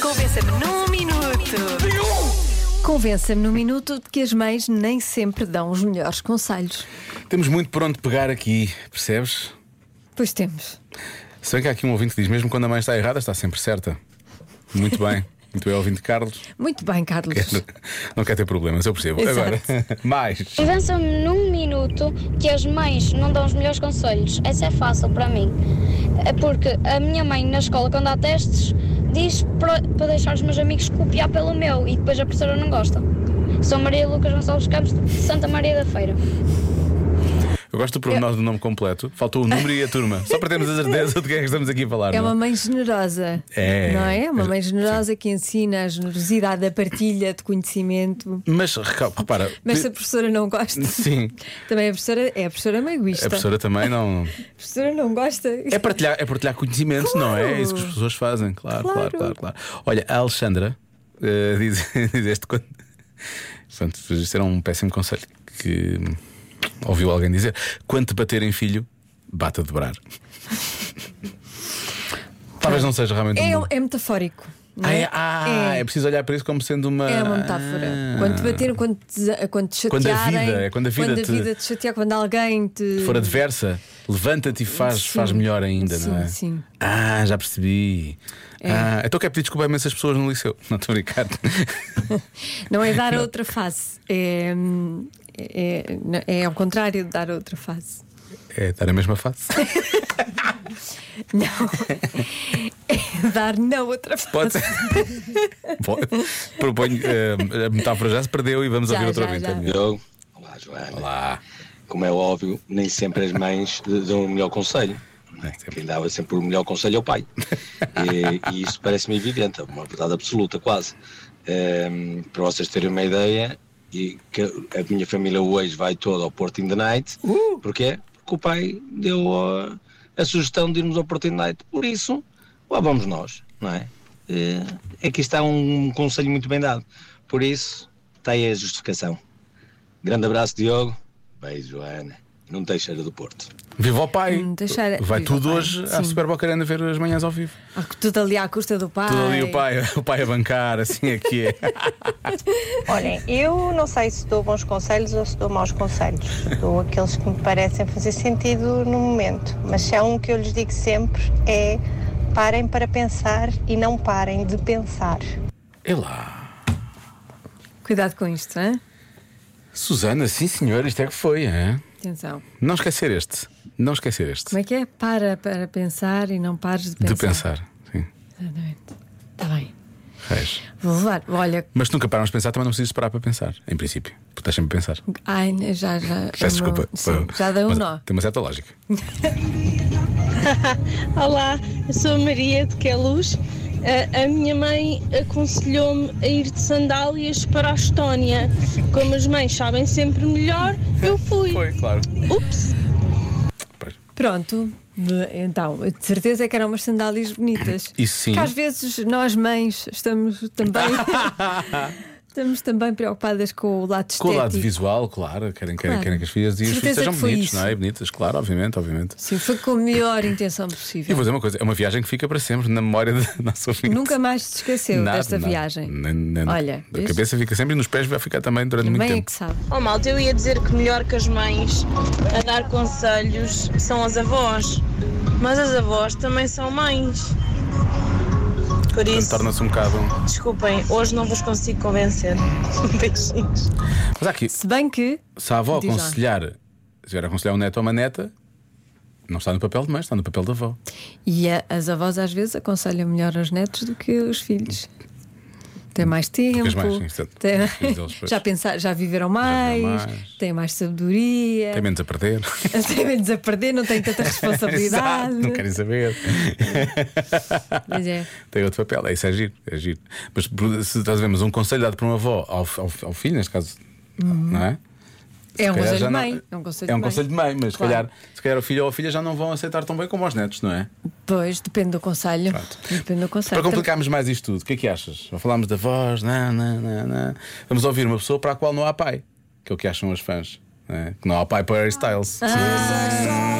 Convença-me num minuto. Convença-me no minuto de que as mães nem sempre dão os melhores conselhos. Temos muito por onde pegar aqui, percebes? Pois temos. Se bem que há aqui um ouvinte que diz: mesmo quando a mãe está errada, está sempre certa. Muito bem. Muito bem, ouvinte Carlos. Muito bem, Carlos. Não quer ter problemas, eu percebo. Exato. Agora, mais. Convença-me num minuto que as mães não dão os melhores conselhos. Essa é fácil para mim. É Porque a minha mãe na escola, quando há testes, diz para, para deixar os meus amigos copiar pelo meu e depois a professora não gosta. Sou Maria Lucas Gonçalves Campos, de Santa Maria da Feira. Eu gosto do pormenor do nome completo. Faltou o número e a turma. Só para termos a certeza de quem é que estamos aqui a falar. É não uma mãe generosa. É. Não é? Uma mãe Sim. generosa que ensina a generosidade da partilha de conhecimento. Mas recal- repara. Mas de- se a professora não gosta. Sim. Também a professora é a professora magoísta. A professora também não. A professora não gosta. É partilhar, é partilhar conhecimentos, Claro. não é? É isso que as pessoas fazem, claro, claro, Claro. claro. claro. Olha, a Alexandra eh, diz, diz este quando. Pronto, isto era um péssimo conselho que hum, ouviu alguém dizer. Quando te baterem filho, bata dobrar. Talvez não seja realmente. um bom- É, é metafórico. não Ah, é? é, ah, é preciso olhar para isso como sendo uma. É uma metáfora. Ah. Quando te bateram, quando te, quando te Quando a chatearem. vida- é quando a vida te- te chatear, quando alguém te. for adversa, levanta-te e faz, Sim. faz melhor ainda, Sim, não é? sim. É. Ah, já percebi. Ah, então quero pedir desculpa a imensas pessoas no liceu. Não estou a brincar. Não é dar a outra face. É, hum, é, é ao contrário de dar a outra face. É estar a mesma face. Não. É dar na outra face. Pode ser. Pode. Proponho. eh, a metáfora já se perdeu e vamos Já, ouvir outra já, vez. já. Diogo. Olá, Joana. Olá. Como é óbvio, nem sempre as mães d- dão o melhor conselho. não é? Nem sempre. Quem dava sempre o melhor conselho é o pai. E, e isso parece-me evidente, é uma verdade absoluta, quase. Ehm, para vocês terem uma ideia, e que a minha família hoje vai toda ao Porto in the Night. Uh! Porquê? Porque o pai deu a, a sugestão de irmos ao Porto in the Night. Por isso, lá vamos nós, não é? Eh, aqui está um conselho muito bem dado. Por isso, está aí a justificação. Grande abraço, Diogo. Beijo, Ana. Não tem cheiro do Porto. Viva o pai! Hum, deixar- Viva Vai tudo o pai, hoje à sim. Super Boca Arena ver as manhãs ao vivo. Ah, Tudo ali à custa do pai. Tudo ali o pai, o pai a bancar, assim é que é. Olhem, eu não sei se dou bons conselhos ou se dou maus conselhos. Dou aqueles que me parecem fazer sentido no momento. Mas se há um que eu lhes digo sempre é parem para pensar e não parem de pensar. É lá. Cuidado com isto, hein? Susana, sim senhor, isto é que foi, é? Atenção. Não esquecer este. Não esquecer este. Como é que é? Para para pensar e não pares de pensar. De pensar. Sim. Exatamente. Está bem. Reis. Vou levar. Olha, Mas se nunca pararmos de pensar, também não precisas parar para pensar, em princípio. Porque estás sempre a pensar. ai, já, já. Peço o meu- desculpa. sim, Foi- já deu um mas nó. Tem uma certa lógica. Olá, eu sou a Maria de Queluz. A, a minha mãe aconselhou-me a ir de sandálias para a Estónia. Como as mães sabem sempre melhor, eu fui. claro. Ups! Pronto, de- então, de certeza que eram umas sandálias bonitas. Isso sim. Que às vezes nós mães estamos também estamos também preocupadas com o lado Com o estético. lado visual, claro, querem, querem, Claro. querem que as filhas e os filhos Certeza sejam que foi bonitos, isso. não é? Bonitas, claro, obviamente, obviamente. Sim, foi com a melhor intenção E possível. vou dizer uma coisa, é uma viagem que fica para sempre na memória da nossa ouvinte. Nunca mais se esqueceu Nada, desta nada. viagem. Nem- nem- Olha, a vês? cabeça fica sempre e nos pés vai ficar também durante a muito mãe é tempo. que sabe. Oh malta, eu ia dizer que melhor que as mães a dar conselhos são as avós. Mas as avós também são mães. Por Portanto, isso, torna-se um bocado. desculpem, hoje não vos consigo convencer. Beijinhos. Mas há aqui, Se bem que se a avó Diz lá. aconselhar, se vier a aconselhar um neto ou uma neta, não está no papel de mãe, está no papel da avó. e a- as avós às vezes aconselham melhor os netos do que os filhos. Tem mais tempo, as mães, sim, certo. têm- Os filhos deles, pois. já, pensar, já viveram viveram mais, mais. têm mais sabedoria. Tem menos a perder. Tem menos a perder, não tem tanta Exato, responsabilidade. não querem saber. Mas é. Tem outro papel, é isso, é giro, é giro. Mas por- se estás a ver, mas um conselho dado por uma avó ao, ao, ao filho, neste caso, não é? Se Uhum. É um calhar conselho já de não- mãe. É um conselho é um de mãe. conselho de mãe, mas se, Claro. calhar, se calhar o filho ou a filha já não vão aceitar tão bem como os netos, não é? Pois, depende do conselho. Depende do conselho. Para complicarmos mais isto tudo, o que é que achas? Já falámos da voz, não, não, não, não. Vamos ouvir uma pessoa para a qual não há pai, que é o que acham os fãs, não é? que não há pai para Harry Styles. Ah,